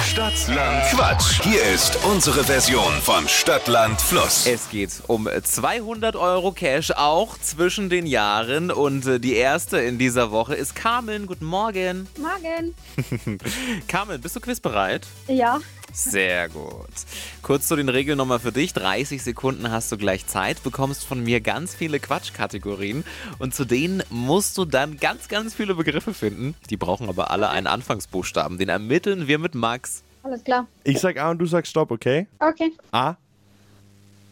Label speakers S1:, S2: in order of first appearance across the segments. S1: Stadtland Quatsch. Hier ist unsere Version von Stadtland Fluss.
S2: Es geht um 200 Euro Cash auch zwischen den Jahren und äh, die erste in dieser Woche ist Carmen. Guten Morgen.
S3: Morgen.
S2: Carmen, bist du quizbereit?
S3: Ja,
S2: Sehr gut. Kurz zu den Regeln nochmal für dich. 30 Sekunden hast du gleich Zeit, bekommst von mir ganz viele Quatschkategorien und zu denen musst du dann ganz, ganz viele Begriffe finden. Die brauchen aber alle einen Anfangsbuchstaben. Den ermitteln wir mit Max.
S3: alles klar.
S4: Ich sag A und du sagst Stopp, okay?
S3: Okay,
S4: A.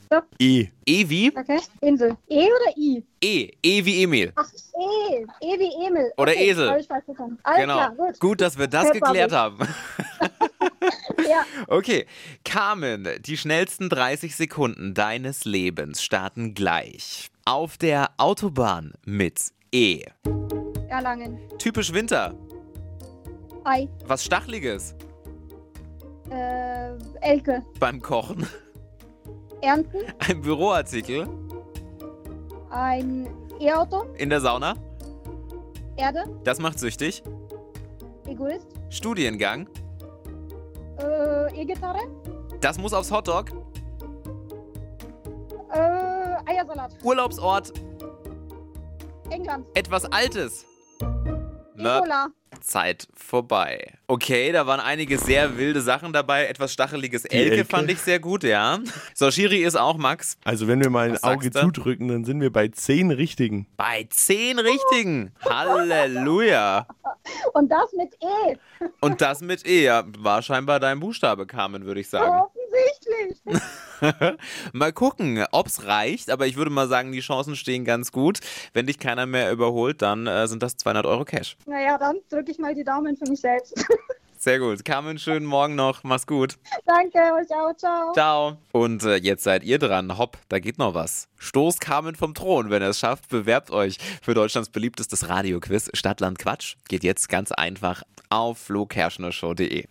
S3: Stopp.
S4: E.
S2: E wie?
S3: okay. Insel. E oder I?
S2: E. E wie Emil.
S3: Ach, E. E wie Emil.
S2: Oder
S3: okay,
S2: Esel.
S3: hab ich falsch verstanden. Alles
S2: Genau.
S3: klar, gut.
S2: Gut, dass wir das
S3: Pepper
S2: geklärt
S3: Big.
S2: haben.
S3: Ja,
S2: Okay, Carmen, die schnellsten 30 Sekunden deines Lebens starten gleich. Auf der Autobahn mit E.
S3: Erlangen.
S2: Typisch Winter.
S3: Ei.
S2: Was Stachliges
S3: Äh, Elke.
S2: beim Kochen.
S3: Ernten.
S2: Ein Büroartikel
S3: Ein E-Auto.
S2: in der Sauna.
S3: Erde.
S2: Das macht süchtig.
S3: Egoist.
S2: Studiengang.
S3: Äh, E-Gitarre.
S2: Das muss aufs Hotdog.
S3: Äh, Eiersalat.
S2: Urlaubsort.
S3: England.
S2: Etwas Altes. Na,
S3: Cola.
S2: Zeit vorbei. Okay, da waren einige sehr wilde Sachen dabei. Etwas stacheliges Elke,
S4: Elke.
S2: fand ich sehr gut, ja. So, Shiri ist auch Max.
S4: Also wenn wir mal ein
S2: Was sagst
S4: Auge
S2: du?
S4: zudrücken, dann sind wir bei 10 richtigen.
S2: Bei zehn richtigen. Halleluja.
S3: Und das mit E.
S2: Und das mit E. Ja, war scheinbar dein Buchstabe, Carmen, würde ich sagen.
S3: Offensichtlich.
S2: mal gucken, ob's reicht. Aber ich würde mal sagen, die Chancen stehen ganz gut. Wenn dich keiner mehr überholt, dann äh, sind das 200 Euro Cash.
S3: naja, dann drücke ich mal die Daumen für mich selbst.
S2: Sehr gut. Carmen, schönen Morgen noch. Mach's gut.
S3: Danke, euch auch. Ciao.
S2: Ciao. Und äh, jetzt seid ihr dran. Hopp, da geht noch was. Stoß Carmen vom Thron. Wenn ihr es schafft, bewerbt euch für Deutschlands beliebtestes Radioquiz Stadtland Quatsch. Geht jetzt ganz einfach auf flokerschnershow.de.